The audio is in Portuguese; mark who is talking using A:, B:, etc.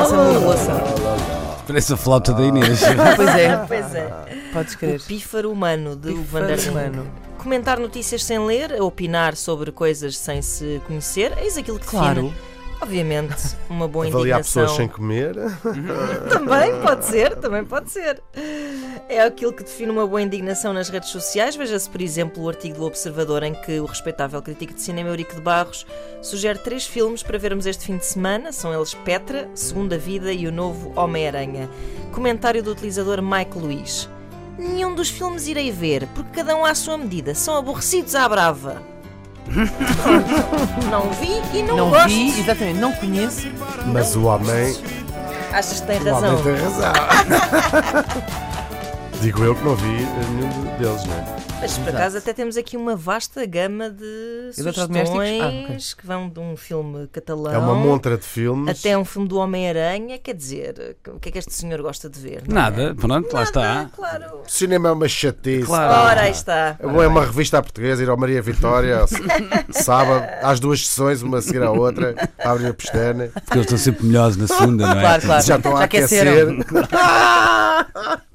A: Essa é uma relação.
B: Parece a flauta da Inês.
C: Pois é,
A: Pois é.
C: podes crer.
A: Pífaro humano de Hugo Van der Linde.
C: humano.
A: Comentar notícias sem ler, opinar sobre coisas sem se conhecer, eis aquilo que
C: Claro.
A: define. Obviamente, uma boa
D: Avaliar
A: indignação.
D: pessoas sem comer.
A: Também pode ser, também pode ser. É aquilo que define uma boa indignação nas redes sociais. Veja-se, por exemplo, o artigo do Observador em que o respeitável crítico de cinema Eurico de Barros sugere três filmes para vermos este fim de semana. São eles Petra, Segunda Vida e o novo Homem-Aranha. Comentário do utilizador Mike Luiz. Nenhum dos filmes irei ver, porque cada um à sua medida. São aborrecidos à brava. não vi e não,
C: Não
A: gosto.
C: vi, exatamente, não conheço.
D: Mas o homem.
A: Achas que tem
D: O homem
A: razão?
D: tem razão. Digo eu que não vi eh, nenhum deles, não é?
A: Mas por acaso até temos aqui uma vasta gama de
C: Eletrodomésticos?
A: sugestões
C: Ah, ok.
A: que vão de um filme catalão
D: É uma montra de filmes.
A: até um filme do Homem-Aranha. Quer dizer, o que é que este senhor gosta de ver? não é?
B: Nada, pronto, lá
A: Ah,
B: está.
A: claro.
D: O cinema é uma chatice.
B: Claro. Ah.
A: Ora, aí está.
D: É bom, é uma revista à portuguesa, ir ao Maria Vitória, s- sábado, às duas sessões, uma a seguir à outra, abrem a pestana,
B: Porque eles estão sempre melhores na segunda, não é?
C: Claro, claro.
D: já estão a
C: aqueceram.
D: aquecer.